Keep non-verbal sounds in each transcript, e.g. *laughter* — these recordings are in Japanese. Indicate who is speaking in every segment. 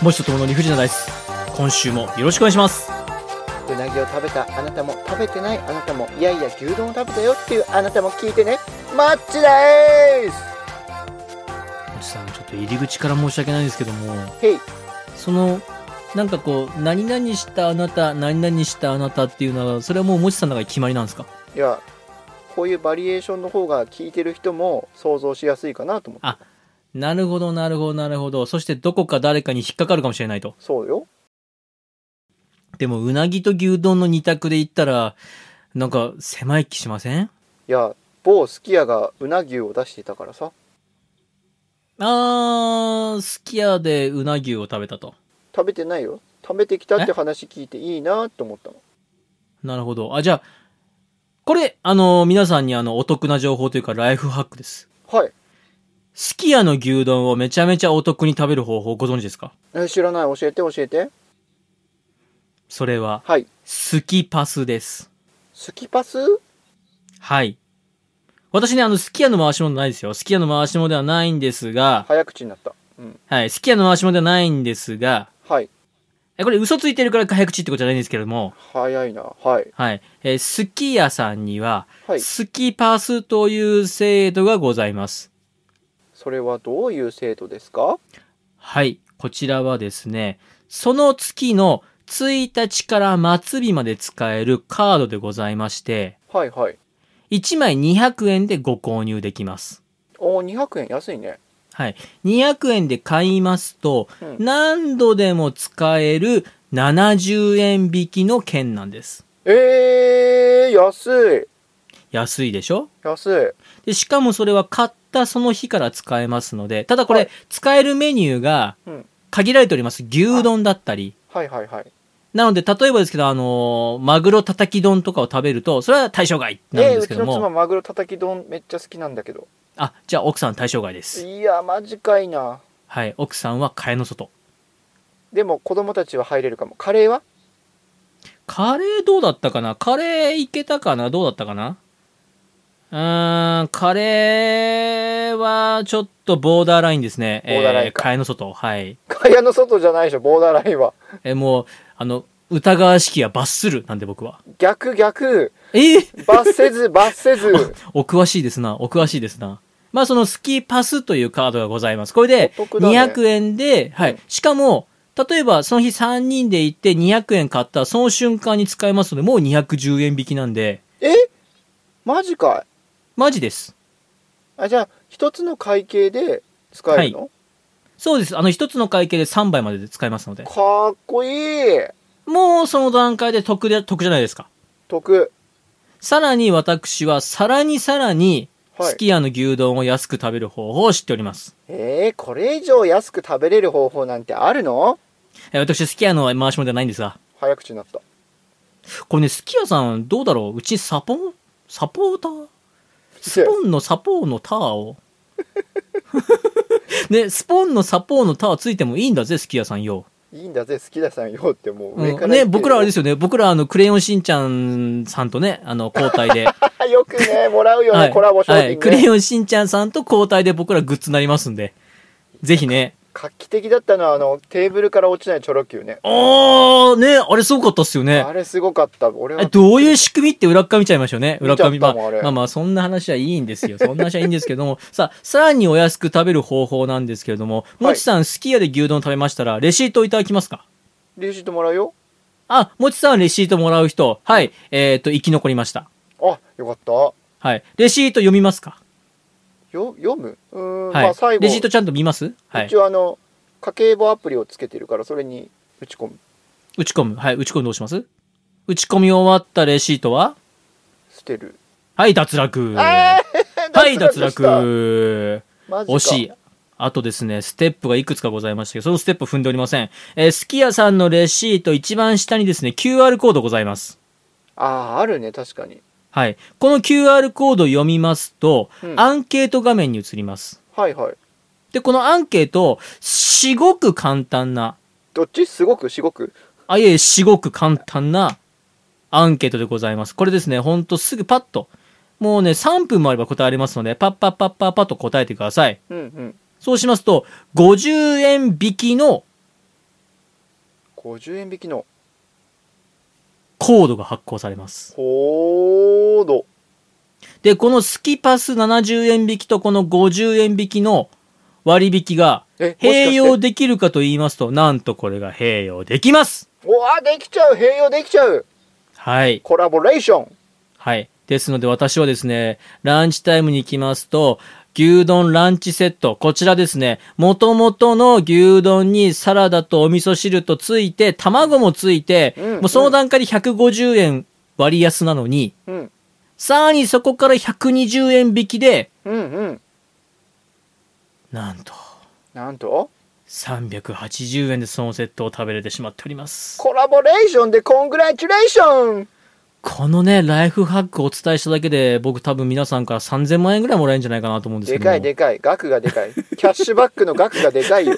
Speaker 1: もしとともの理不尽なダイス今週もよろしくお願いします
Speaker 2: うなぎを食べたあなたも食べてないあなたもいやいや牛丼を食べたよっていうあなたも聞いてねマッチです
Speaker 1: おじさんちょっと入り口から申し訳ないんですけども
Speaker 2: へい
Speaker 1: そのなんかこう何々したあなた何々したあなたっていうのはそれはもうもちさんの中で決まりなんですか
Speaker 2: いやこういうバリエーションの方が聞いてる人も想像しやすいかなと思って
Speaker 1: あなるほどなるほどなるほどそしてどこか誰かに引っかかるかもしれないと
Speaker 2: そうよ
Speaker 1: でもうなぎと牛丼の二択で言ったらなんか狭い気しません
Speaker 2: いや某すき家がうな牛を出していたからさ
Speaker 1: あーすき家でうな牛を食べたと
Speaker 2: 食べてないよ食べてきたって話聞いていいなと思ったの
Speaker 1: なるほどあじゃあこれあの皆さんにあのお得な情報というかライフハックです
Speaker 2: はい
Speaker 1: すき家の牛丼をめちゃめちゃお得に食べる方法ご存知ですか
Speaker 2: え知らない教えて教えて
Speaker 1: それは、
Speaker 2: はい
Speaker 1: すきパスです。
Speaker 2: すきパス
Speaker 1: はい。私ね、あの、すき家の回し物ないですよ。すき家の回し物ではないんですが、
Speaker 2: 早口になったうん
Speaker 1: はい、すき家の回し物ではないんですが、
Speaker 2: はい
Speaker 1: えこれ嘘ついてるから早口ってことじゃないんですけれども、
Speaker 2: 早いなはい
Speaker 1: はい、えーすき家さんには、
Speaker 2: はい
Speaker 1: すきパスという制度がございます。
Speaker 2: それはどういう制度ですか
Speaker 1: はい、こちらはですね、その月の1日から末日まで使えるカードでございまして、
Speaker 2: はいはい
Speaker 1: 1枚200円でご購入できます。
Speaker 2: おー200円安いね
Speaker 1: はい。200円で買いますと、
Speaker 2: うん
Speaker 1: 何度でも使える70円引きの券なんです。
Speaker 2: えー、安い
Speaker 1: 安いでしょ
Speaker 2: 安
Speaker 1: で、しかもそれは買ったその日から使えますので、ただこ
Speaker 2: は
Speaker 1: れ
Speaker 2: い、
Speaker 1: 使えるメニューが
Speaker 2: いうん
Speaker 1: 限られております。牛丼だったり。
Speaker 2: はいはいはい
Speaker 1: なので、例えばですけど、あのーマグロたたき丼とかを食べると、それは対象外なん
Speaker 2: えー、
Speaker 1: で
Speaker 2: う
Speaker 1: すけ
Speaker 2: ち
Speaker 1: ど
Speaker 2: の
Speaker 1: も。
Speaker 2: 妻マグロたたき丼めっちゃ好きなんだけど
Speaker 1: あ、じゃあ奥さん対象外です。
Speaker 2: いやマジかいな
Speaker 1: はい。奥さんは替えの外。
Speaker 2: でも子供たちは入れるかもカレーは *laughs*
Speaker 1: カレーどうだったかなカレーいけたかなどうだったかなうーん、カレーはちょっとボーダーラインですね。
Speaker 2: ボーダーラインか
Speaker 1: え替えの外。はい。
Speaker 2: 蚊帳の外じゃないでしょボーダーラインは
Speaker 1: えーもう、あの、疑わしきは罰する。なんで僕は。
Speaker 2: 逆逆
Speaker 1: えー
Speaker 2: 罰
Speaker 1: *laughs*
Speaker 2: せず罰せず
Speaker 1: お詳しいですな。お詳しいですな。まあ、そのスキーパスというカードがございます。これで、
Speaker 2: お得だね
Speaker 1: 200円で、は
Speaker 2: う
Speaker 1: い
Speaker 2: ん。
Speaker 1: しかも、例えば、その日3人で行って200円買ったら、その瞬間に使えますので、もう210円引きなんで、
Speaker 2: えマジかい
Speaker 1: マジです。
Speaker 2: あじゃあ一つの会計で使えるの、
Speaker 1: そうです。あの、一つの会計で3倍までで使えますので。
Speaker 2: かっこいい
Speaker 1: もうその段階で得で、得じゃないですか。
Speaker 2: 得
Speaker 1: さらに私は、さらにさらに、
Speaker 2: はい
Speaker 1: すき家の牛丼を安く食べる方法を知っております。
Speaker 2: えー、これ以上安く食べれる方法なんてあるの
Speaker 1: え私、すき家の回し物ではないんですが、
Speaker 2: 早口になった
Speaker 1: これね、すき家さん、どうだろううちサポン、サポータースポンのサポーのタワーを。 *laughs* ね、スポンのサポーのタワーついてもいいんだぜ、すき家さんよ。
Speaker 2: いいんだぜ好きださんよってもう上から、
Speaker 1: うん、ね、僕らあれですすよね、僕らあの、クレヨンしんちゃんさんとね、あの、交代で。
Speaker 2: *laughs* よくねもらうよね、コラボ商品ね、
Speaker 1: はい。クレヨンしんちゃんさんと交代で僕らグッズになりますんで。ぜひね。
Speaker 2: 画期的だったのはあのテーブルから落ちないチョロ Q ね
Speaker 1: あー、ね、あれすごかったっすよね
Speaker 2: あ。れすごかった俺
Speaker 1: あれ
Speaker 2: は
Speaker 1: どういう仕組みって裏っ側見ちゃいましたよね。裏っ側見
Speaker 2: 見ち
Speaker 1: ま
Speaker 2: ゃっ
Speaker 1: あ
Speaker 2: たもんあれ
Speaker 1: まあまあ、そんな話はいいんですよ。そんな話はいいんですけども。 *laughs* さあ、さらにお安く食べる方法なんですけれども、
Speaker 2: はい
Speaker 1: もちさん、すき家で牛丼食べましたら、レシートいただきますか
Speaker 2: レシートもらうよ
Speaker 1: あ、もちさんはレシートもらう人。はい。えっ、と、生き残りました。
Speaker 2: あよかったよ
Speaker 1: はい。レシート読みますか
Speaker 2: 読むうーん、
Speaker 1: はい、
Speaker 2: まあ最後
Speaker 1: レシートちゃんと見ますはい
Speaker 2: 一。応あの家計簿アプリをつけてるからそれに打ち込む
Speaker 1: 打ち込む。はい。打ち込むどうします打ち込み終わったレシートは
Speaker 2: 捨てる
Speaker 1: はい、脱落。
Speaker 2: あ
Speaker 1: は
Speaker 2: ー
Speaker 1: い、脱落。
Speaker 2: マジか
Speaker 1: 惜しい。あとですね、ステップがいくつかございましたけど、そのステップを踏んでおりません。えー、すき家さんのレシート一番下にですね、QR コードございます。
Speaker 2: あーあるね確かに
Speaker 1: はい。この QR コードを読みますと、
Speaker 2: うん
Speaker 1: アンケート画面に移ります。
Speaker 2: はいはい
Speaker 1: で、このアンケート、しごく簡単な、
Speaker 2: どっちすごくすごく
Speaker 1: あ、いえ、しごく簡単なアンケートでございます。これですね、ほんとすぐパッと。もうね、3分もあれば答えられますので、パッパッパッパッパッと答えてください。
Speaker 2: うんうん
Speaker 1: そうしますと、50円引きの
Speaker 2: 50円引きの
Speaker 1: コードが発行されます。
Speaker 2: コード
Speaker 1: で、このスキパス70円引きとこの50円引きの割引が
Speaker 2: え
Speaker 1: 併
Speaker 2: もし
Speaker 1: 用
Speaker 2: かして
Speaker 1: できるかと言いますと、なんとこれが併用できます
Speaker 2: うわできちゃう併用できちゃう
Speaker 1: はい。
Speaker 2: コラボレーション
Speaker 1: はい。ですので私はですね、ランチタイムに行きますと、牛丼ランチセット、こちらですね、元々の牛丼にサラダとお味噌汁とついて、卵もついて、
Speaker 2: うん
Speaker 1: もうその段階で150円割安なのに、
Speaker 2: うん
Speaker 1: さらにそこから120円引きで、
Speaker 2: うんうん
Speaker 1: なんと、
Speaker 2: なんと
Speaker 1: 380円でそのセットを食べれてしまっております。
Speaker 2: コラボレーションでコングラチュレーション
Speaker 1: このね、ライフハックをお伝えしただけで、僕多分皆さんから3000万円ぐらいもらえるんじゃないかなと思うんですけ
Speaker 2: で
Speaker 1: ど。
Speaker 2: かいでかい額がで
Speaker 1: *laughs*
Speaker 2: かいキャッシュバックの額がでかいよ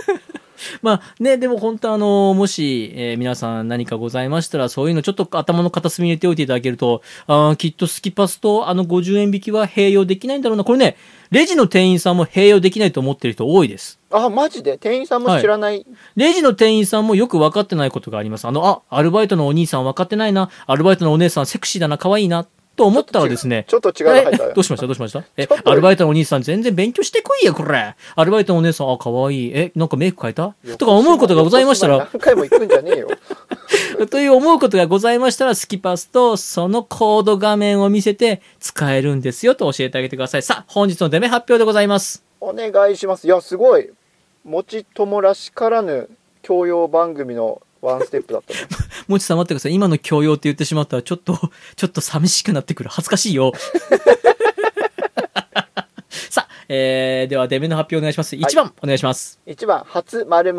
Speaker 1: まあね、でも本当あの、もし、えー皆さん何かございましたら、そういうのちょっと頭の片隅に入れておいていただけると、あーきっとスキパスとあの50円引きは併用できないんだろうな。これね、レジの店員さんも併用できないと思ってる人多いです。
Speaker 2: あマジで店員さんも知らない、
Speaker 1: レジの店員さんもよく分かってないことがあります。あの、あ、アルバイトのお兄さん分かってないな。アルバイトのお姉さんセクシーだな、可愛いな。と思ったらですね、
Speaker 2: ちょっと違うの入った
Speaker 1: え
Speaker 2: よ
Speaker 1: どうしましたどうしましたえ
Speaker 2: ちょっ、と
Speaker 1: アルバイトのお兄さん全然勉強してこいよ、これ。アルバイトのお姉さん、あ、可愛い。え、なんかメイク変えたとか思うことがございましたら、
Speaker 2: 何回も行くんじゃねえよ
Speaker 1: *laughs* という思うことがございましたら、スキパスとそのコード画面を見せて使えるんですよと教えてあげてください。さあ、本日のデメ発表でございます。
Speaker 2: お願いしますいやすごいもち友らしからぬ教養番組のワンステップだったね
Speaker 1: もちさん待ってください。今の教養って言ってしまったら、ちょっと、ちょっと寂しくなってくる。恥ずかしいよ。 *laughs* さあ、えー、ではデメの発表お願いします。1番、お願いします。
Speaker 2: 1番初まる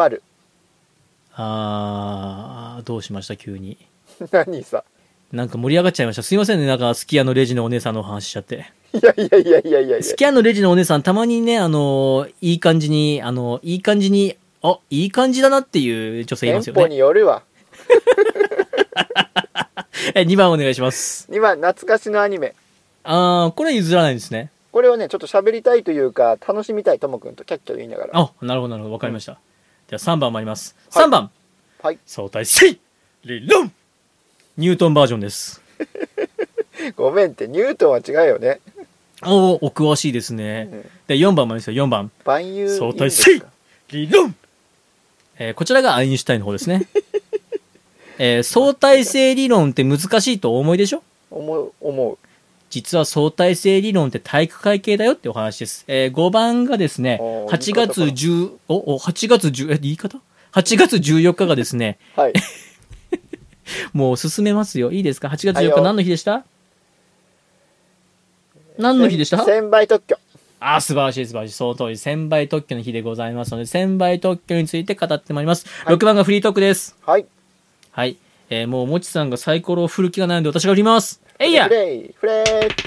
Speaker 1: あー、どうしました急に。
Speaker 2: 何さ
Speaker 1: なんか盛り上がっちゃいました。すいませんね。なんか、スキヤのレジのお姉さんのお話しちゃって。
Speaker 2: いやいやいやいやいやい
Speaker 1: スキャンのレジのお姉さん、たまにね、あの、いい感じに、あの、いい感じに、あ、いい感じだなっていう女性い
Speaker 2: や
Speaker 1: ます
Speaker 2: 店
Speaker 1: よ
Speaker 2: 舗
Speaker 1: ね。
Speaker 2: によるわ
Speaker 1: え、2番お願いします。
Speaker 2: 2番懐かしのアニメ
Speaker 1: あー、これ譲らないんですね。
Speaker 2: これをねちょっと喋りたいというか楽しみたいともくんとキャッキャ言いながら
Speaker 1: あ、なるほど、なるほど。わかりました。では3番参ります。
Speaker 2: はい
Speaker 1: 3番。
Speaker 2: はい
Speaker 1: 相対性理論ニュートンバージョンです。
Speaker 2: ごめんってニュートンは違うよね
Speaker 1: おー、お詳しいですね
Speaker 2: うん。
Speaker 1: で、4番参りますよ。4番。
Speaker 2: 万有
Speaker 1: 相対性
Speaker 2: いいんですか
Speaker 1: 理論えーこちらがアインシュタインの方です
Speaker 2: *laughs*
Speaker 1: ね。えー相対性理論って難しいとお思いでしょ
Speaker 2: 思う思う
Speaker 1: 実は相対性理論って体育会系だよってお話です。えー5番がですね、
Speaker 2: おー
Speaker 1: 8
Speaker 2: 言い方
Speaker 1: 月
Speaker 2: かな
Speaker 1: 10、お、お8月10、え、言い方 ?8 月14日がですね、
Speaker 2: はい
Speaker 1: もう進めますよ。いいですか ?8 月
Speaker 2: はい
Speaker 1: 14日
Speaker 2: よ
Speaker 1: 何の日でした *laughs* 何の日でした
Speaker 2: せん専売特許
Speaker 1: あー、素晴らしい素晴らしい。その通り、千倍特許の日でございますので、千倍特許について語ってまいります。
Speaker 2: はい
Speaker 1: 6番がフリートークです。
Speaker 2: はい
Speaker 1: はい。えーもう、もちさんがサイコロを振る気がないので、私が振ります。えいや
Speaker 2: フレイフレイ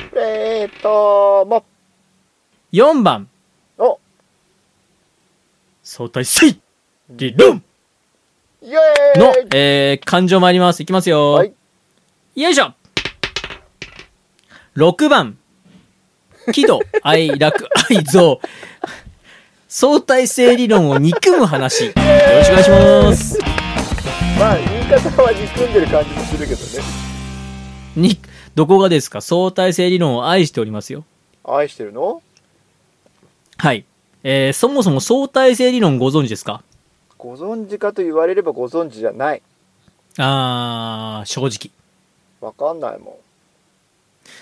Speaker 2: フレイとも
Speaker 1: !4 番。
Speaker 2: お
Speaker 1: 相対性理論
Speaker 2: イエーイ
Speaker 1: の、えー、感情参ります。いきますよ。
Speaker 2: はい
Speaker 1: よいしょ !6 番。喜怒、愛、楽、 *laughs* 愛、憎。相対性理論を憎む話。よろしくお願いします。
Speaker 2: まあ言い方は憎んでる感じもするけどね
Speaker 1: に、どこがですか相対性理論を愛しておりますよ。
Speaker 2: 愛してるの
Speaker 1: はい。えー、そもそも相対性理論ご存知ですか
Speaker 2: ご存知かと言われればご存知じゃない
Speaker 1: あー、正直。
Speaker 2: わかんないも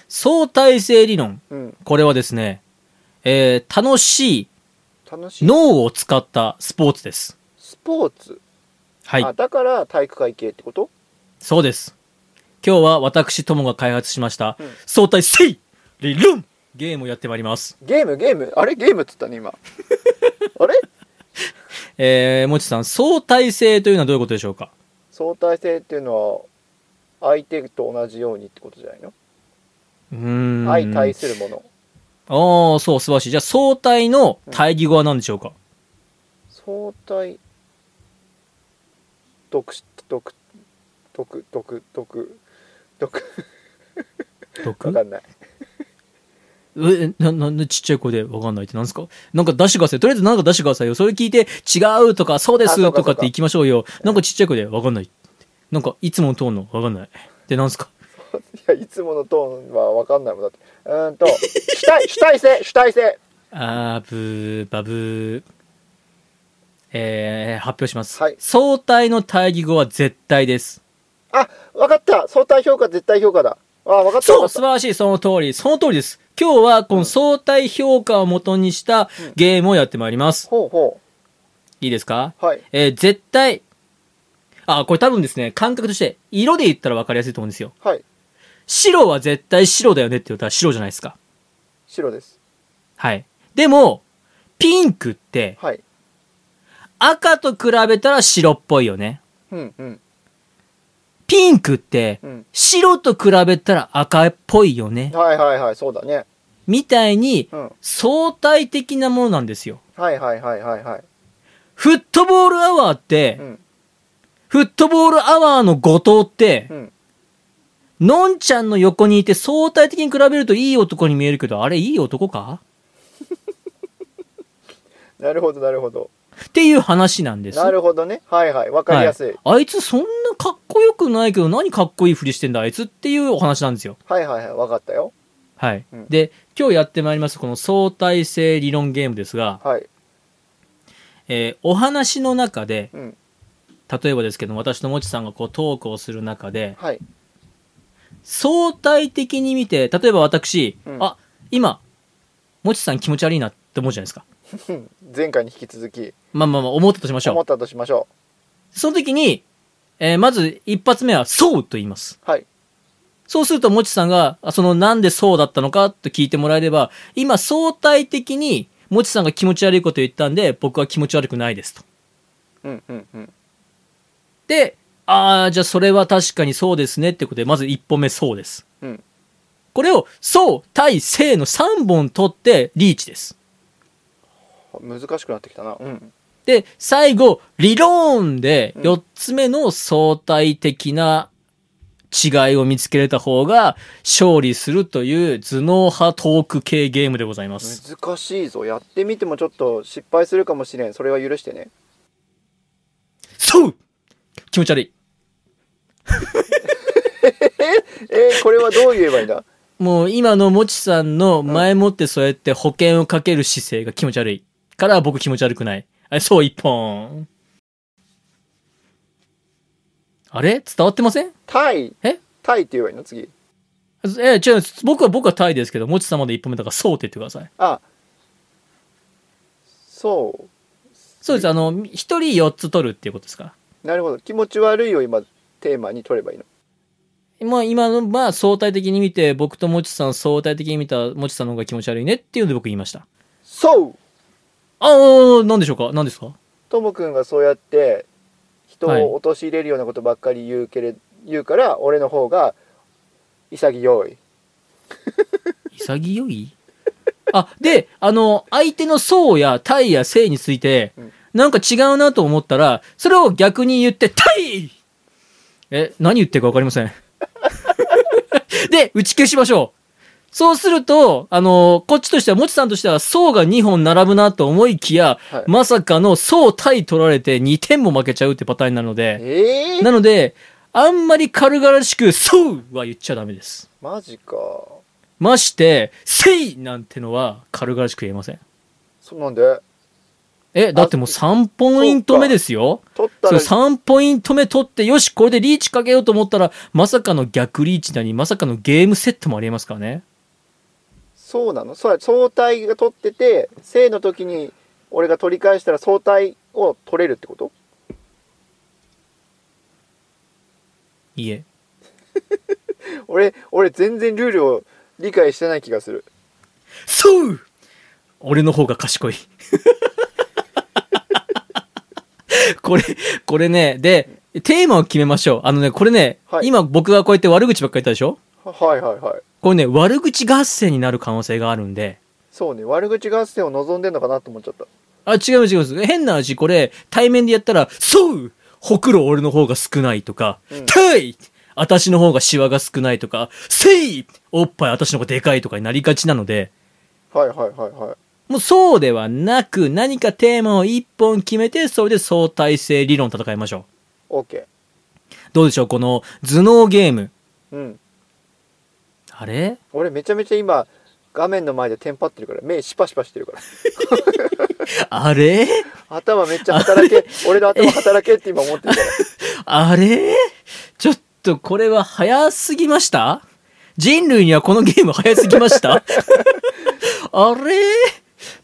Speaker 1: 相対性理論。
Speaker 2: んうん
Speaker 1: これはですね、えー、楽しい
Speaker 2: 楽しい
Speaker 1: 脳を使ったスポーツです。
Speaker 2: スポーツ、
Speaker 1: はい
Speaker 2: あ。だから体育会系ってこと
Speaker 1: そうです。今日は私ともが開発しました、
Speaker 2: うん
Speaker 1: 相対性理論ゲームをやってまいります。
Speaker 2: ゲームゲームあれゲームっつったね今あれ
Speaker 1: えー、もちさん、相対性というのはどういうことでしょうか
Speaker 2: 相対性っていうのは相手と同じようにってことじゃないの
Speaker 1: うーん。
Speaker 2: 相対するもの
Speaker 1: ああ、そう、素晴らしい。じゃあ、相対の対義語は何でしょうか、
Speaker 2: 相対独独独独独独
Speaker 1: 毒
Speaker 2: わかんない
Speaker 1: え、な、な、なちっちゃい声でわかんないってなんですかなんか出してください。とりあえずなんか出してくださいよ。それ聞いて、違うとか、そうで
Speaker 2: あそう
Speaker 1: す
Speaker 2: か
Speaker 1: とかっ
Speaker 2: そうか
Speaker 1: て行きましょうよ。なんかちっちゃい声でわかんない。なんか、いつもの通んのわかんない。で、なんすか
Speaker 2: いやいつものトーンは分かんないもんだってうーんと主体主体性主体性
Speaker 1: あーぶー、ばぶー。えー、発表します。
Speaker 2: はい
Speaker 1: 相対の対義語は絶対です。
Speaker 2: あ分かった相対評価絶対評価だあ分かった分
Speaker 1: そ
Speaker 2: か
Speaker 1: う
Speaker 2: っ
Speaker 1: 素
Speaker 2: た
Speaker 1: 晴らしい、その通り。その通りです。今日はこの相対評価を元にしたゲームをやってまいります。
Speaker 2: ほうほ
Speaker 1: いいですか
Speaker 2: うはい
Speaker 1: えー絶対、あ、これ多分ですね、感覚として、色で言ったら分かりやすいと思うんですよ。
Speaker 2: はい
Speaker 1: 白は絶対白だよねって言ったら白じゃないですか。
Speaker 2: 白です
Speaker 1: はい。でも、ピンクって、
Speaker 2: はい
Speaker 1: 赤と比べたら白っぽいよね。
Speaker 2: うんうん
Speaker 1: ピンクって
Speaker 2: う、ん
Speaker 1: 白と比べたら赤っぽいよね。
Speaker 2: はいはいはいそうだね
Speaker 1: みたいに
Speaker 2: う、ん
Speaker 1: 相対的なものなんですよ。
Speaker 2: はいはいはいはいはい
Speaker 1: フットボールアワーって
Speaker 2: う、ん
Speaker 1: フットボールアワーの後藤って
Speaker 2: う、ん
Speaker 1: のんちゃんの横にいて相対的に比べるといい男に見えるけど、あれいい男か
Speaker 2: なるほどなるほど
Speaker 1: っていう話なんです。
Speaker 2: なるほどねはいはい分かりやすい、
Speaker 1: はい。あいつそんなかっこよくないけど、何かっこいいふりしてんだあいつっていうお話なんですよ。
Speaker 2: はい、はいはい分かったよ
Speaker 1: はい。
Speaker 2: うん
Speaker 1: で、今日やってまいりますこの相対性理論ゲームですが、
Speaker 2: はい
Speaker 1: えーお話の中で、
Speaker 2: うん
Speaker 1: 例えばですけども、私ともちさんがこうトークをする中で、
Speaker 2: はい
Speaker 1: 相対的に見て、例えば私、
Speaker 2: うん
Speaker 1: あ、今、もちさん気持ち悪いなって思うじゃないですか。
Speaker 2: うん前回に引き続き
Speaker 1: まあまあまあ、思ったとしましょう
Speaker 2: 思っ。たとしましょ
Speaker 1: その時に、えーまず一発目は、そうと言います。
Speaker 2: うはい
Speaker 1: そうすると、もちさんが、あその、なんでそうだったのかと聞いてもらえれば、今、相対的に、もちさんが気持ち悪いことを言ったんで、僕は気持ち悪くないですと。
Speaker 2: うんうんうん
Speaker 1: で、ああ、じゃあそれは確かにそうですねってことで、まず一歩目、そうです。
Speaker 2: うん
Speaker 1: これを、そう、対、性の3本取って、リーチです。
Speaker 2: 難しくなってきたなうん
Speaker 1: で、最後、理論で、
Speaker 2: うん
Speaker 1: 4つ目の相対的な違いを見つけれた方が、勝利するという頭脳派トーク系ゲームでございます。
Speaker 2: 難しいぞやってみてもちょっと失敗するかもしれんそれは許してね
Speaker 1: そう気持ち悪い。
Speaker 2: えー、これはどう言えばい
Speaker 1: *laughs*
Speaker 2: いんだ
Speaker 1: もう今のもちさんの前もってそうやって保険をかける姿勢が気持ち悪い。から僕気持ち悪くない。あれ、そう一本。あれ伝わってません
Speaker 2: タイ
Speaker 1: え
Speaker 2: タイって言えばいいの次
Speaker 1: え、違う、僕は、僕はタイですけど、もちさんまで一本目だから、そうって言ってください。
Speaker 2: あそ
Speaker 1: そうです、あの、一人四つ取るっていうことですか。
Speaker 2: うなるほど気持ち悪いを今テーマに取ればいいの
Speaker 1: まあ今の、まあ相対的に見て、僕ともちさん相対的に見たもちさんの方が気持ち悪いねっていうので僕言いました。
Speaker 2: そう
Speaker 1: ああ、なんでしょうか何ですか
Speaker 2: ともくんがそうやって人
Speaker 1: はい
Speaker 2: を陥れるようなことばっかり言うけれ、言うから俺の方が潔い
Speaker 1: 潔い *laughs* あ、で、あの、相手の層や体や性について
Speaker 2: うん、
Speaker 1: なんか違うなと思ったら、それを逆に言って、体え、何言ってるかわかりません。 *laughs* で、打ち消しましょう。そうすると、あの、こっちとしては、もちさんとしては、層が2本並ぶなと思いきや、
Speaker 2: はい
Speaker 1: まさかの層対取られて2点も負けちゃうってパターンになるので、
Speaker 2: ええ
Speaker 1: なので、あんまり軽々しく、そうは言っちゃダメです。
Speaker 2: マジか
Speaker 1: まして、せいなんてのは軽々しく言えません。
Speaker 2: そうなんで
Speaker 1: え、だってもう3ポイント目ですよ。
Speaker 2: 取った
Speaker 1: それ
Speaker 2: ら
Speaker 1: 3ポイント目取って、よし、これでリーチかけようと思ったら、まさかの逆リーチなり、まさかのゲームセットもありえますからね。
Speaker 2: そうなのそう相対が取ってて正の時に俺が取り返したら相対を取れるってこと
Speaker 1: いいえ。
Speaker 2: 俺俺全然ルールを理解してない気がする
Speaker 1: そう俺の方が賢い。 *laughs* これ、これね、で、テーマを決めましょう。あのね、これね、
Speaker 2: はい
Speaker 1: 今僕がこうやって悪口ばっかり言ったでしょ
Speaker 2: ははいはいはい
Speaker 1: これね、悪口合戦になる可能性があるんで、
Speaker 2: そうね悪口合戦を望んでんのかなと思っちゃった
Speaker 1: あ、違う違う違う。変な話、これ、対面でやったら、そうほくろ俺の方が少ないとか、
Speaker 2: うん
Speaker 1: たい私の方がシワが少ないとか、せいおっぱい私の方がでかいとかになりがちなので、
Speaker 2: はいはいはいはい。
Speaker 1: もうそうではなく、何かテーマを一本決めて、それで相対性理論戦いましょ
Speaker 2: オッケ
Speaker 1: う。どうでしょうこの頭脳ゲーム。
Speaker 2: ー。うん。
Speaker 1: あれ
Speaker 2: 俺めちゃめちゃ今、画面の前でテンパってるから、目シパシパしてるから。 *laughs*
Speaker 1: あれ
Speaker 2: 頭めっちゃ
Speaker 1: *laughs*
Speaker 2: 働け、俺の頭働けって今思ってるから。 *laughs*
Speaker 1: あれちょっとこれは早すぎました人類にはこのゲーム早すぎました *laughs* あれ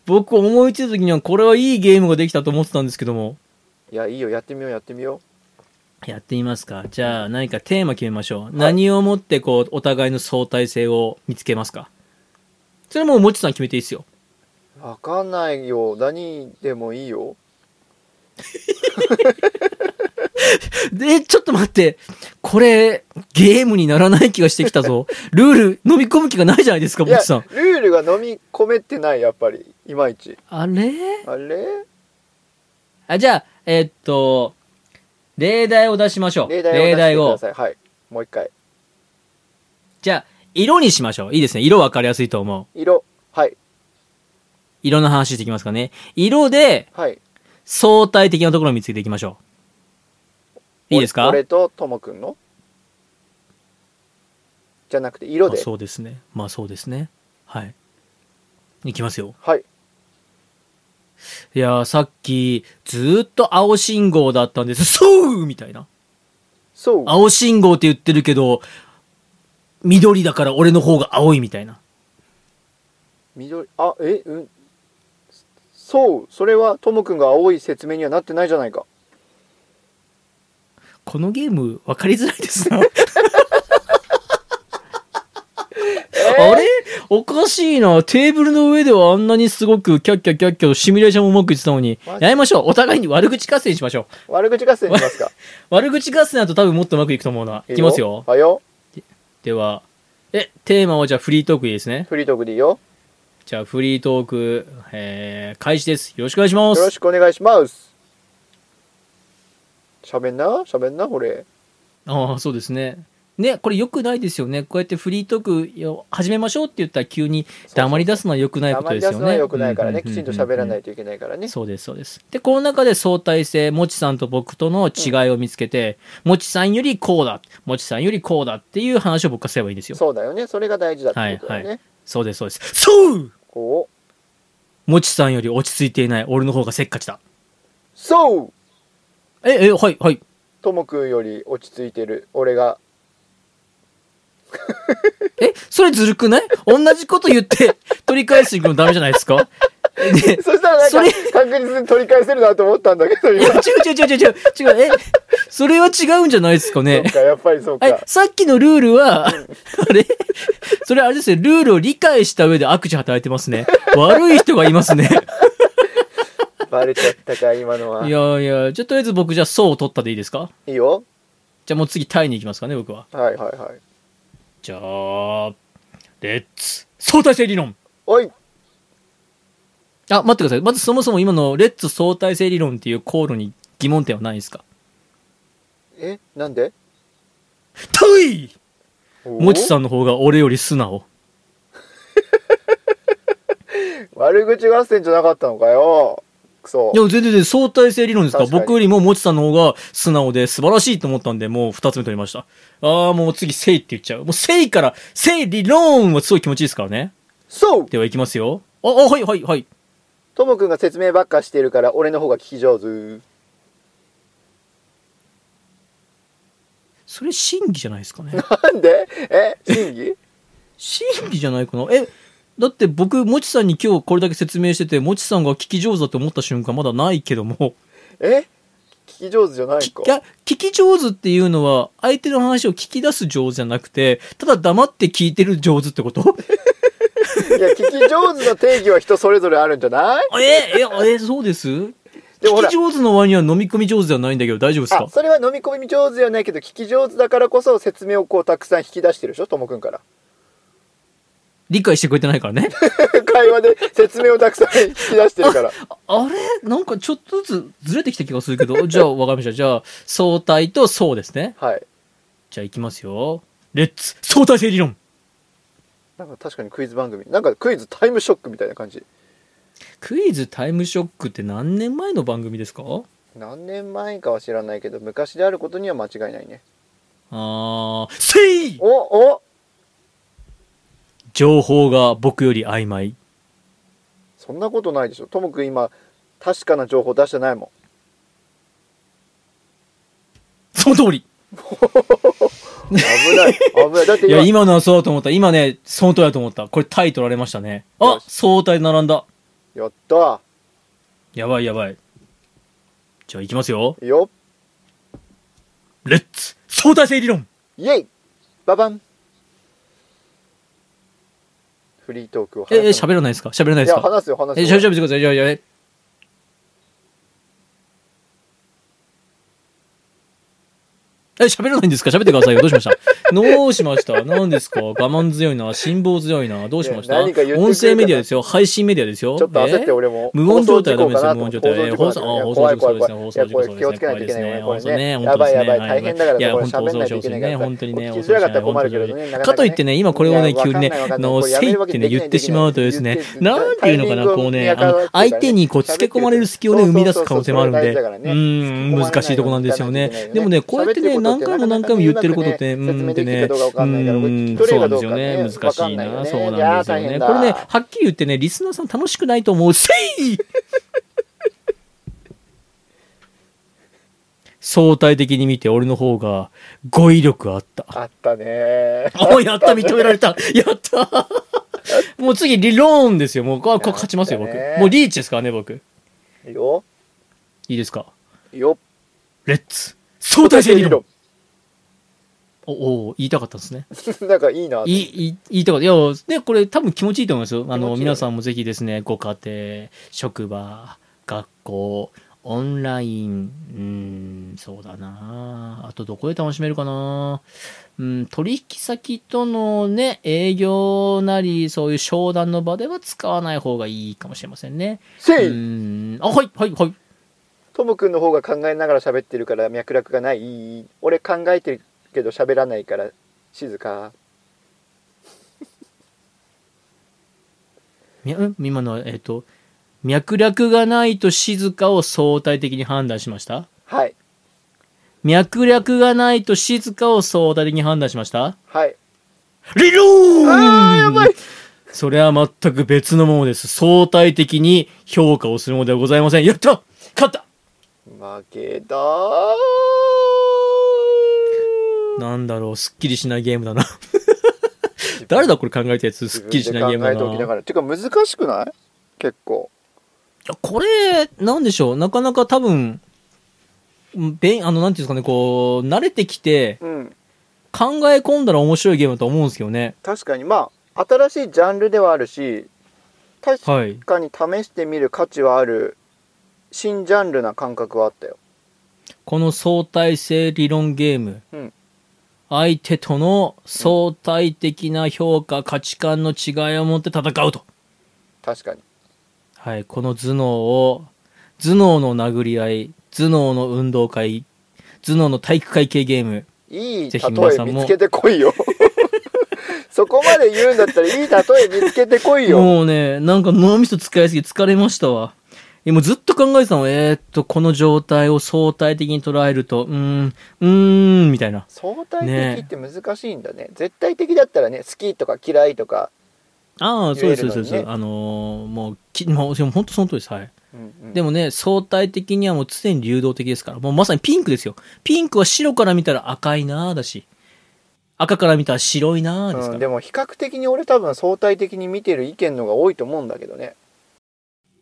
Speaker 1: 僕思いついた時にはこれはいいゲームができたと思ってたんですけども。
Speaker 2: いや、いいよ、やってみよう、やってみよ
Speaker 1: やってみますかじゃあ何かテーマ決めましょう。何をもってこう、お互いの相対性を見つけますかそれもうもちさん決めていいですよ。
Speaker 2: う。わかんないよ、何でもいいよ。
Speaker 1: で、ちょっと待って。これ、ゲームにならない気がしてきた *laughs* ぞ。ルール、飲み込む気がないじゃないですか、
Speaker 2: い
Speaker 1: も
Speaker 2: や、ル
Speaker 1: ちさん。
Speaker 2: ールが飲み込めてない、やっぱり。いまいち。
Speaker 1: あれ
Speaker 2: あれ
Speaker 1: あ、じゃあ、えーっと、例題を出しましょう。
Speaker 2: 例題を出してください。はい。もう一回。
Speaker 1: じゃあ、色にしましょう。いいですね。色分かりやすいと思う。
Speaker 2: 色。はい。
Speaker 1: 色の話していきますかね。色で
Speaker 2: はい。
Speaker 1: 相対的なところを見つけていきましょう。いいですか
Speaker 2: 俺俺とともくんのじゃなくて、色
Speaker 1: あ
Speaker 2: で。
Speaker 1: そうですね。まあそうですね。はい。いきますよ。
Speaker 2: はい。
Speaker 1: いやー、さっき、ずーっと青信号だったんです。そうみたいな。
Speaker 2: そう。
Speaker 1: 青信号って言ってるけど、緑だから俺の方が青いみたいな。
Speaker 2: 緑。あ、え、うん。そう。それはともくんが青い説明にはなってないじゃないか。
Speaker 1: このゲーム、分かりづらいですな。あれおかしいな。テーブルの上ではあんなにすごくキャッキャキャッキャシミュレーションもうまくいってたのに
Speaker 2: マ。ジ
Speaker 1: やめましょう。お互いに悪口合戦しましょう。
Speaker 2: 悪口合戦しますか。
Speaker 1: 悪口合戦だと多分もっとうまくいくと思うな。 *laughs* いきますよ。
Speaker 2: はよ。
Speaker 1: では、え、テーマはじゃあフリートークいいですね。
Speaker 2: フリートークでいいよ。
Speaker 1: じゃあフリートーク、えー、開始です。よろしくお願いしま
Speaker 2: よろ
Speaker 1: す。
Speaker 2: しくお願いします。喋んな喋んなこれ。
Speaker 1: ああ、そうですね。ね、これ良くないですよね。こうやってフリートークよ始めましょうって言ったら急に黙り出すのは良くないこ
Speaker 2: 黙
Speaker 1: と
Speaker 2: り
Speaker 1: ですよ
Speaker 2: 出
Speaker 1: ね。
Speaker 2: すのは良くないからね。
Speaker 1: う
Speaker 2: き
Speaker 1: うう
Speaker 2: ち
Speaker 1: うん
Speaker 2: と喋らないといけないからね。
Speaker 1: そうです、そうです。で、この中で相対性、もちさんと僕との違いを見つけて、もちさんよりこうだ、もちさんよりこうだっていう話を僕がすればいいんですよ。
Speaker 2: そうだよね。それが大事だってことだよ
Speaker 1: はい
Speaker 2: ね。
Speaker 1: そうです、そうです。そう
Speaker 2: こう。
Speaker 1: もちさんより落ち着いていない、俺の方がせっかちだ。
Speaker 2: そう
Speaker 1: え、え、はい、はい。
Speaker 2: ともくんより落ち着いてる。俺が。
Speaker 1: え、それずるくない同じこと言
Speaker 2: *laughs*
Speaker 1: って取り返していくのダメじゃないですかで、
Speaker 2: そしたらなん
Speaker 1: そ
Speaker 2: か
Speaker 1: れ
Speaker 2: 確実に取り返せるなと思ったんだけ
Speaker 1: *laughs*
Speaker 2: ど、
Speaker 1: いや
Speaker 2: 今。
Speaker 1: 違う違う違う違う違う、え、それは違うんじゃないですか
Speaker 2: そ
Speaker 1: ね
Speaker 2: っ。か、やっぱりそうか。
Speaker 1: はい、さっきのルールは、あれそれあれですね、ルールを理解した上で悪事働いてますね。悪い人がいますね。
Speaker 2: バレちゃったか、今のは。
Speaker 1: い
Speaker 2: い
Speaker 1: やいや、じゃあとりあえず僕じゃあそうを取ったでいいですか
Speaker 2: いよ。
Speaker 1: じゃあもう次タイに行きますかね、僕は。
Speaker 2: はいはいはい。
Speaker 1: じゃあ、レッツ相対性理論
Speaker 2: おい
Speaker 1: あ、待ってください。まずそもそも今のレッツ相対性理論っていう航路に疑問点はないですか
Speaker 2: えなんで
Speaker 1: トイもちさ
Speaker 2: ん。
Speaker 1: んの方が俺より素直。
Speaker 2: 悪口合戦じゃなかったのかよ。くそ
Speaker 1: い。や、全然全然相対性理論ですから
Speaker 2: 確かに
Speaker 1: 僕よりももちさんの方が素直で素晴らしいと思ったんで、もう二つ目取りました。あー、もう次、せいって言っちゃう。もうせいから、せい理論はすごい気持ちいいですからね。
Speaker 2: そう
Speaker 1: では行きますよ。あ、あ、はいはいはい。
Speaker 2: ともくんが説明ばっかしてるから、俺の方が聞き上手。 *laughs*
Speaker 1: それ審議じゃないですかね。
Speaker 2: なんでえ審議
Speaker 1: 審議じゃないかな。え、だって僕、もちさんに今日これだけ説明してて、もちさんが聞き上手だと思った瞬間まだないけども、
Speaker 2: え聞き上手じゃない
Speaker 1: き
Speaker 2: か
Speaker 1: い。や聞き上手っていうのは、相手の話を聞き出す上手じゃなくて、ただ黙って聞いてる上手ってこと
Speaker 2: いや、聞き上手の定義は人それぞれあるんじゃない
Speaker 1: え、え、え、そうです聞
Speaker 2: でもほら
Speaker 1: き上手の割には飲み込み上手ではないんだけど大丈夫です
Speaker 2: あ
Speaker 1: か、
Speaker 2: それは飲み込み上手じゃないけど、聞き上手だからこそ説明をこうたくさん引き出してるでしょともくんから。 *laughs*
Speaker 1: 理解してくれてないからね。
Speaker 2: 会話で説明をたくさん引き出してるから。
Speaker 1: ああれなんかちょっとずつずれてきた気がするけど。じゃあ、わかりました。じゃあ、相対とそうですね。
Speaker 2: はい。
Speaker 1: じゃあ、いきますよ。レッツ相対性理論
Speaker 2: なんか確かにクイズ番組なんかクイズタイムショックみたいな感じ
Speaker 1: クイズタイムショックって何年前の番組ですか
Speaker 2: 何年前かは知らないけど昔であることには間違いないね
Speaker 1: あー、せい
Speaker 2: おお
Speaker 1: 情報が僕より曖昧。
Speaker 2: そんなことないでしょともくん今確かな情報出してないも
Speaker 1: その通り
Speaker 2: ん危
Speaker 1: *laughs*
Speaker 2: ない危ないだって
Speaker 1: い
Speaker 2: 今
Speaker 1: や、今のはそうだと思った。今ね、その通りだと思った。これタイ取られましたね。あ
Speaker 2: よし
Speaker 1: 相対並んだ。
Speaker 2: やった
Speaker 1: やばいやばい。じゃあ行きますよ。
Speaker 2: よっ
Speaker 1: レッツ相対性理論
Speaker 2: イエイババンフリートークを
Speaker 1: え、え、
Speaker 2: る
Speaker 1: 喋らないですか喋らない
Speaker 2: い
Speaker 1: です
Speaker 2: や
Speaker 1: か
Speaker 2: 話すよ話す
Speaker 1: え、
Speaker 2: よ
Speaker 1: 喋喋ってください。いやいやいやえ、喋らないんですか喋ってくださいよ。どうしました *laughs* どうしました何ですか我慢強いな。辛抱強いな。どうしました
Speaker 2: いや何か言ってくれたら
Speaker 1: 音声メディアですよ。配信メディアですよ。
Speaker 2: ちょっと焦って
Speaker 1: え
Speaker 2: 俺も。
Speaker 1: 無音状態はダメですよ、無
Speaker 2: 放
Speaker 1: 音
Speaker 2: 送
Speaker 1: 状
Speaker 2: 事故
Speaker 1: 態。えー
Speaker 2: かなと
Speaker 1: 放
Speaker 2: 思
Speaker 1: 送、
Speaker 2: っ
Speaker 1: あ
Speaker 2: て
Speaker 1: ー放
Speaker 2: 放
Speaker 1: 送
Speaker 2: 送事故
Speaker 1: 事故
Speaker 2: なん
Speaker 1: そうですね。放送事故
Speaker 2: いやこれ気
Speaker 1: そ
Speaker 2: を
Speaker 1: うで
Speaker 2: つ
Speaker 1: すね。
Speaker 2: けない
Speaker 1: 怖いで
Speaker 2: とい
Speaker 1: すね。本当ですね。本当ですねいや、本当そうそうですね。本当にね、
Speaker 2: けないよこれね。やばいやばい、大変だから、これ喋んないといけないから。
Speaker 1: 本
Speaker 2: 聞きづ
Speaker 1: 当
Speaker 2: ら
Speaker 1: に
Speaker 2: かったら困るけどね。
Speaker 1: か
Speaker 2: なかな
Speaker 1: と
Speaker 2: か
Speaker 1: い
Speaker 2: ね
Speaker 1: ってね、今これをね、急にね、のせいってね、言ってしまうとですね、なんていうのかな、こうね、あの、相手にこう、付け込まれる隙をね、生み出す可能性もあるんで、うーん、難しいとこなんですよね。でもね、こうやってね、何回も何回も言ってることって、うーんってね、
Speaker 2: う
Speaker 1: うーん、そうなんですよね。難しいな。そうなんですよね。これね、はっきり言ってね、リスナーさん楽しくないと思う。せい *laughs* 相対的に見て、俺の方が語彙力あ *laughs* った。
Speaker 2: あったね。
Speaker 1: おやった認められたやったもう次、リローンですよ。もう、ここ勝ちますよ、
Speaker 2: やっ
Speaker 1: 僕
Speaker 2: たね。
Speaker 1: もうリーチですからね、僕。い
Speaker 2: よ、
Speaker 1: いですか。
Speaker 2: よ、
Speaker 1: レッツ相対性理論おお言いたかったんですね。
Speaker 2: *laughs* なんかいいな。
Speaker 1: いい、いい言いたかった。いや、ね、これ多分気持ちいいと思いますよ。あ
Speaker 2: 気持ちい
Speaker 1: の、
Speaker 2: い
Speaker 1: 皆さんもぜひですね、ご家庭、職場、学校、オンライン、うーん、そうだなあとどこで楽しめるかなうん、取引先とのね、営業なり、そういう商談の場では使わない方がいいかもしれませんね。う
Speaker 2: せい
Speaker 1: ーん、あ、はい、はい、はい。
Speaker 2: ともくんの方が考えながら喋ってるから脈絡がない。俺考えてるけど喋らないから静か。
Speaker 1: みうん今のは、えっ、と、脈絡がないと静かを相対的に判断しました
Speaker 2: はい。
Speaker 1: 脈略がないと静かを相対的に判断しました
Speaker 2: はい。
Speaker 1: 理論
Speaker 2: あーやばい
Speaker 1: それは全く別のものです。相対的に評価をするものではございません。やった勝った
Speaker 2: 負けたー
Speaker 1: なんだろう、すっきりしないゲーム
Speaker 2: *laughs*
Speaker 1: だな。誰だこれ考えたやつ、すっきりしないゲームだ
Speaker 2: 自分で考えておきな
Speaker 1: な。
Speaker 2: がらてか難しくない結構
Speaker 1: これ、なんでしょう。なかなか多分、うんべんあの、なんていうんですかね、こう、慣れてきて、
Speaker 2: うん
Speaker 1: 考え込んだら面白いゲームだと思うんですけどね。
Speaker 2: 確かにまあ新しいジャンルではあるし確
Speaker 1: はい。
Speaker 2: かに試してみる価値はある新ジャンルな感覚はあったよ
Speaker 1: この相対性理論ゲーム、
Speaker 2: うん
Speaker 1: 相手との相対的な評価、価値観の違いを持って戦うと。
Speaker 2: 確かに
Speaker 1: はい、この頭脳を、頭脳の殴り合い、頭脳の運動会、頭脳の体育会系ゲーム。
Speaker 2: いい
Speaker 1: ぜ
Speaker 2: 例
Speaker 1: ひ皆さ
Speaker 2: え
Speaker 1: んも
Speaker 2: 見つけてこい *laughs* よそこまで言うんだったらいい例え見つけてこいよ
Speaker 1: もうね、なんか脳みそ使いすぎて疲れましたわ。今ずっと考えてたの。えー、っと、この状態を相対的に捉えると、うーん、うーん、みたいな。
Speaker 2: 相対的って難しいんだね絶対的だったらね好きとか嫌いとか、
Speaker 1: ああ、そうです、そうです、
Speaker 2: 言
Speaker 1: そう
Speaker 2: えるのにね
Speaker 1: ですあのーもう、きもう、でも本当その通りです。はい。
Speaker 2: うんうん
Speaker 1: でもね、相対的にはもう常に流動的ですから、もうまさにピンクですよ。ピンクは白から見たら赤いなーだし、赤から見たら白いなーですから。
Speaker 2: うん、でも比較的に俺多分相対的に見てる意見のが多いと思うんだけどね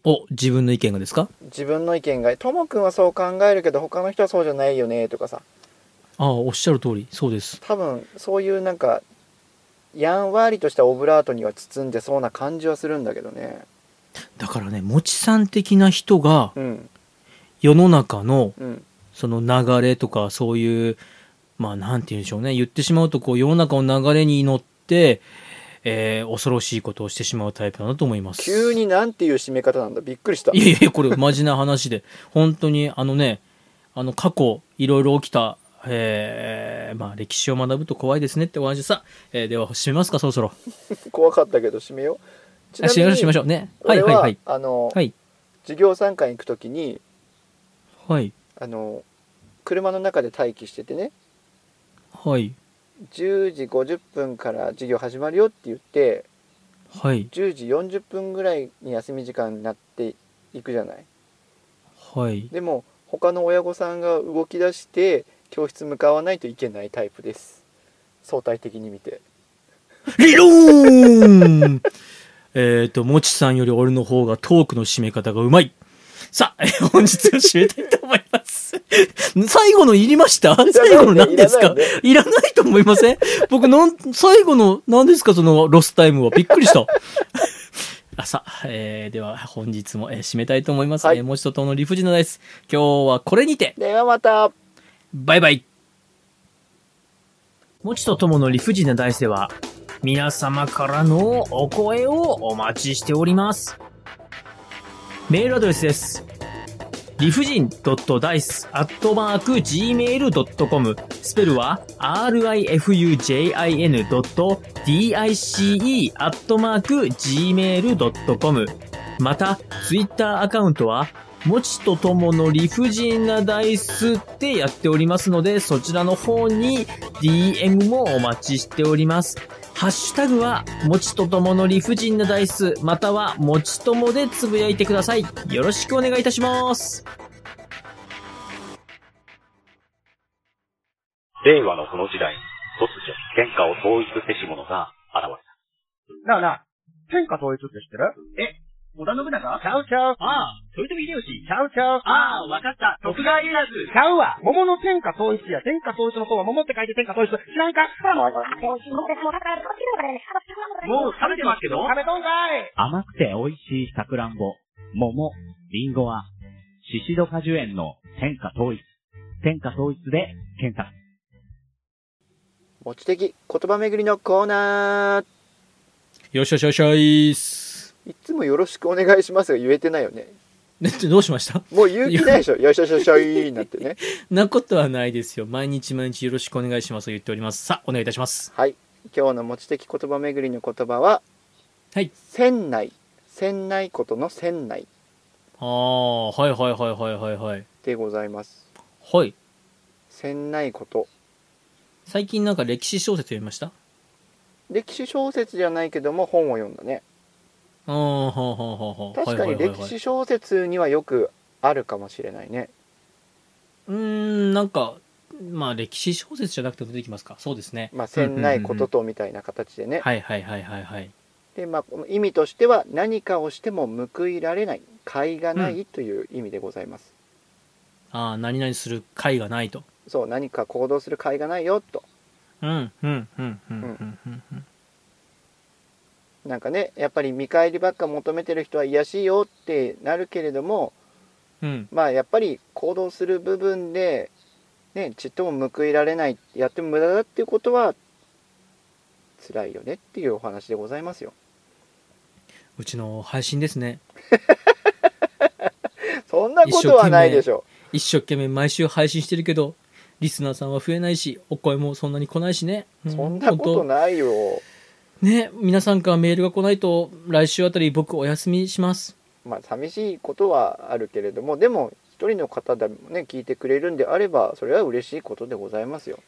Speaker 1: お、自分の意見がですか
Speaker 2: 自分の意見が「ともくんはそう考えるけど他の人はそうじゃないよね」とかさ
Speaker 1: ああ、おっしゃる通り、そうです。
Speaker 2: 多分そういうなんかやんわりとしたオブラートには包んでそうな感じはするんだけどね
Speaker 1: だからね、もちさん的な人が、
Speaker 2: うん
Speaker 1: 世の中の、
Speaker 2: うん
Speaker 1: その流れとか、そういう、まあ、なんて言うんでしょうね。言ってしまうと、こう、世の中の流れに乗って、えー、恐ろしいことをしてしまうタイプだなと思います。
Speaker 2: 急になんていう締め方なんだびっくりした
Speaker 1: *laughs* いやいや、これ、マジな話で、本当に、あのね、あの、過去、いろいろ起きた、えー、まあ歴史を学ぶと怖いですねってお話でさ、えー、では締めますかそろそろ
Speaker 2: 怖かったけど締めようち
Speaker 1: あ締めましょう締めましょうねはい
Speaker 2: 俺
Speaker 1: はい
Speaker 2: は、
Speaker 1: はい
Speaker 2: あの、
Speaker 1: はい
Speaker 2: 授業参観行くときに
Speaker 1: はい
Speaker 2: あの車の中で待機しててね
Speaker 1: はい
Speaker 2: 10時50分から授業始まるよって言って
Speaker 1: はい
Speaker 2: 10時40分ぐらいに休み時間になっていくじゃない
Speaker 1: はい
Speaker 2: でも他の親御さんが動き出して教室向かわないといけないタイプです相対的に見て
Speaker 1: 理論 *laughs* えっともちさんより俺の方がトークの締め方がうまいさあ、えー本日を締めたいと思います。 *laughs* 最後のいりました最後の何ですか
Speaker 2: いらないね
Speaker 1: いらないと思いません僕なん、最後の何ですかそのロスタイムは。びっくり
Speaker 2: *laughs*
Speaker 1: した。あさあ、えー、では本日も、えー締めたいと思います。
Speaker 2: はい
Speaker 1: えーもう一度の理不尽なです。今日はこれにて、
Speaker 2: ではまた
Speaker 1: バイバイ。もちとともの理不尽な大世は、皆様からのお声をお待ちしております。メールアドレスです。理不尽 .dice.gmail.com スペルは rifujin.dice.gmail.com また、ツイッターアカウントは、もちとともの理不尽なダイスってやっておりますので、そちらの方に DM もお待ちしております。ハッシュタグは、もちとともの理不尽なダイス、または、もちともでつぶやいてください。よろしくお願いいたします。
Speaker 3: 令和のこの時代、突如、天下を統一せし者が現れた。
Speaker 4: なあなあ、天下統一って知ってる
Speaker 3: え、織田信長
Speaker 4: ちゃうちゃう。
Speaker 3: ああ、豊臣秀吉。
Speaker 4: ちゃうちゃう。
Speaker 3: ああ、わかった。徳川家康。
Speaker 4: ちゃうわ。桃の天下統一や。天下統一の方は桃って書いて天下統一。知らんか
Speaker 3: もう食べてますけど
Speaker 4: 食べとんかい
Speaker 5: 甘くて美味しいさくらんぼ、桃、りんごは、シシド果樹園の天下統一。天下統一で検索。
Speaker 2: 持ち的言葉巡りのコーナ
Speaker 1: よしよしよしよいっす。
Speaker 2: ーいつもよろしくお願いしますが言えてないよね
Speaker 1: ね *laughs* どうしました
Speaker 2: もう言う気ないでしょよいしょしょしょいーなってね *laughs*
Speaker 1: なことはないですよ。毎日毎日よろしくお願いしますと言っております。さあ、お願いいたします。
Speaker 2: はい今日の持ち的言葉巡りの言葉は
Speaker 1: はい
Speaker 2: 船内船内ことの船内
Speaker 1: ああ、はいはいはいはいはいはい。
Speaker 2: でございます
Speaker 1: はい。
Speaker 2: 船内こと
Speaker 1: 最近なんか歴史小説読みました
Speaker 2: 歴史小説じゃないけども本を読んだね
Speaker 1: ああ、ほうほうほうほう。
Speaker 2: 確か
Speaker 1: は
Speaker 2: に
Speaker 1: いはいはい
Speaker 2: 歴
Speaker 1: はい
Speaker 2: 史小説にはよくあるかもしれないね
Speaker 1: うーん、なんか、まあ歴史小説じゃなくても出てきますか。そうですね。
Speaker 2: まあ船内こととみたいな形でね
Speaker 1: はいはいはいはいはい。
Speaker 2: でまあこの意味としては何かをしても報いられない甲斐がないという意味でございます
Speaker 1: ああ、何々する甲斐がないと。
Speaker 2: そう何か行動する甲斐がないよと
Speaker 1: うん、うん、うん、うん、うん、うんうん。
Speaker 2: なんかねやっぱり見返りばっか求めてる人は癒しいよってなるけれども
Speaker 1: うん、
Speaker 2: まあやっぱり行動する部分で、ね、ちっとも報いられないやっても無駄だっていうことは辛いよねっていうお話でございますよ
Speaker 1: うちの配信ですね。
Speaker 2: そんなことはないでしょ
Speaker 1: 一生懸命毎週配信してるけど、リスナーさんは増えないし、お声もそんなに来ないしね。う
Speaker 2: そんなことないよ
Speaker 1: ね、皆さんからメールが来ないと、来週あたり僕お休みします。
Speaker 2: まあ寂しいことはあるけれどもでも一人の方でもね聞いてくれるんであればそれは嬉しいことでございますよ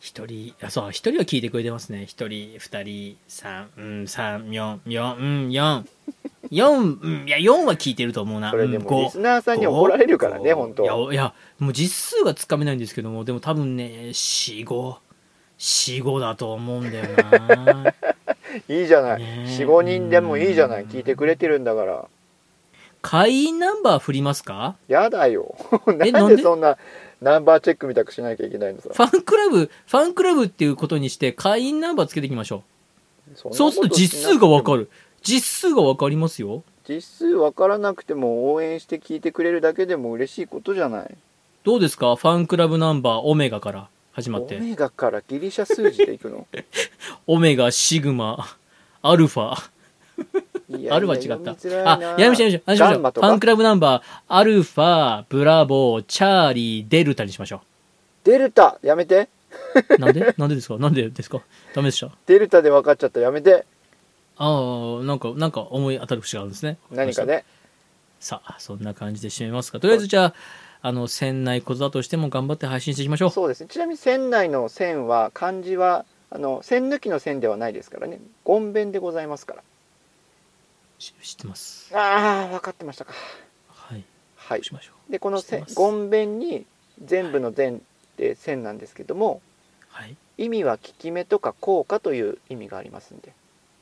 Speaker 1: 一人、あ、そう、一人は聞いてくれてますね。一人、二人、三、うん、三、四、四、うん、四。四、うん、いや、四は聞いてると思うな。
Speaker 2: それで
Speaker 1: うん
Speaker 2: も
Speaker 1: 五
Speaker 2: リスナーさんに怒られるからね
Speaker 1: 五
Speaker 2: 本当
Speaker 1: いや、いや、もう実数がつかめないんですけども、でも多分ね、四、五。四、五だと思うんだよ
Speaker 2: *laughs*
Speaker 1: な。
Speaker 2: いいじゃない
Speaker 1: ねえ
Speaker 2: 45人でもいいじゃない
Speaker 1: うん
Speaker 2: 聞いてくれてるんだから
Speaker 1: 会員ナンバー振りますか
Speaker 2: やだよ
Speaker 1: え
Speaker 2: *laughs* な
Speaker 1: なんん
Speaker 2: で
Speaker 1: で
Speaker 2: そんなナンバーチェックみたくしなきゃいけないのさ
Speaker 1: ファンクラブ、ファンクラブっていうことにして会員ナンバーつけていきましょ。
Speaker 2: そう
Speaker 1: そうすると実数がわか
Speaker 2: る
Speaker 1: る。実数がわかりますよ。
Speaker 2: 実数わからなくても応援して聞いてくれるだけでも嬉しいことじゃない
Speaker 1: どうですかファンクラブナンバーオメガから始まっ
Speaker 2: オ
Speaker 1: て。
Speaker 2: メガからギリシャ数字でい
Speaker 1: *laughs*
Speaker 2: くの
Speaker 1: オメガ、シグマ、アルファ。
Speaker 2: い
Speaker 1: アルファ違った。
Speaker 2: あ
Speaker 1: あ、やめましょう、やめましょう。
Speaker 2: ガ
Speaker 1: やめ
Speaker 2: ン
Speaker 1: ま
Speaker 2: マ
Speaker 1: しょ
Speaker 2: と
Speaker 1: う。ファン
Speaker 2: か
Speaker 1: クラブナンバー、アルファ、ブラボー、チャーリー、デルタにしましょ
Speaker 2: デルタやめて
Speaker 1: なんで *laughs* なんでですかなんでですかダメでした。
Speaker 2: デルタで分かっちゃったやめて
Speaker 1: ああ、なんか、なんか思い当たる節があるんですね。
Speaker 2: 何か。ね
Speaker 1: さあ、そんな感じで締めますか。とりあえずじゃあ、あの、船内小座としても頑張って配信していきましょう。
Speaker 2: そうですねちなみに船内の線は漢字はあの線抜きの線ではないですからねゴンベンでございますから
Speaker 1: し知ってます。
Speaker 2: ああ分かってましたか
Speaker 1: はい。
Speaker 2: はい
Speaker 1: そうしましょ
Speaker 2: でこの
Speaker 1: 知って
Speaker 2: 線
Speaker 1: ます
Speaker 2: ゴンベンに全部の全って線なんですけども
Speaker 1: う。はい。
Speaker 2: 意味は効き目とか効果という意味がありますんで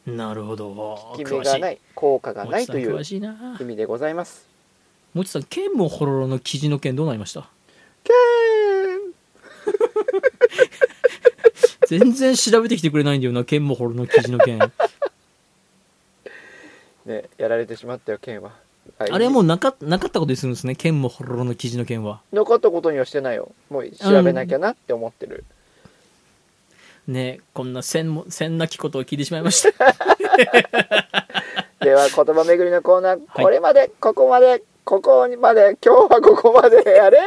Speaker 1: なるほど。
Speaker 2: 効き目
Speaker 1: 詳し
Speaker 2: が
Speaker 1: い。
Speaker 2: ない効果が
Speaker 1: も
Speaker 2: な
Speaker 1: ち
Speaker 2: い
Speaker 1: さ
Speaker 2: と
Speaker 1: ん
Speaker 2: いう
Speaker 1: 詳しいな
Speaker 2: 意。味でございます
Speaker 1: もちさん、剣もほろろの記事の件どうなりました
Speaker 2: けーん
Speaker 1: 全然調べてきてくれないんだよな、剣もほろろの記事の件。
Speaker 2: ねやられてしまったよ剣は、はい
Speaker 1: あれはもうなかなかったことにするんですね、剣もほろろの記事の件は。
Speaker 2: 残ったことにはしてないよもう調べなきゃなって思ってる、
Speaker 1: ねこんなせんも、せんなきことを聞いてしまいました。
Speaker 2: では言葉巡りのコーナー
Speaker 1: はい
Speaker 2: これまで、ここまでここまで今日はここまであれ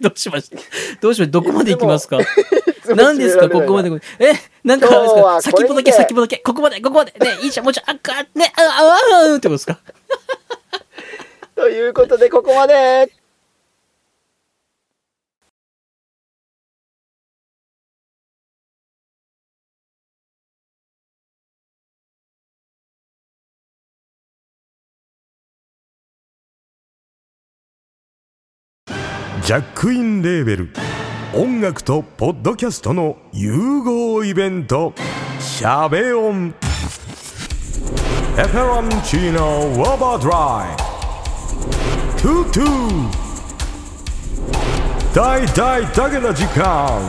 Speaker 1: どうしましたどうしましたどこまで行きますか
Speaker 2: なん
Speaker 1: 何ですかここまで。えなんかあれです
Speaker 2: 今日
Speaker 1: か
Speaker 2: は
Speaker 1: 先っぽだけ
Speaker 2: これにて
Speaker 1: 先っぽだけここまでここまでねいいじゃんもうちょいあっかねあああああってことですか
Speaker 2: *laughs* ということでここまで
Speaker 6: ジャックインレーベル音楽とポッドキャストの融合イベント「シャベオン」「エフェロンチーノウォーバードライ」「トゥトゥ」「大大だけな時間」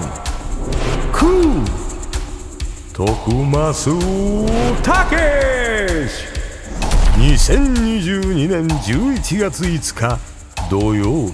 Speaker 6: 「クー」「徳マスたけし」2022年11月5日土曜日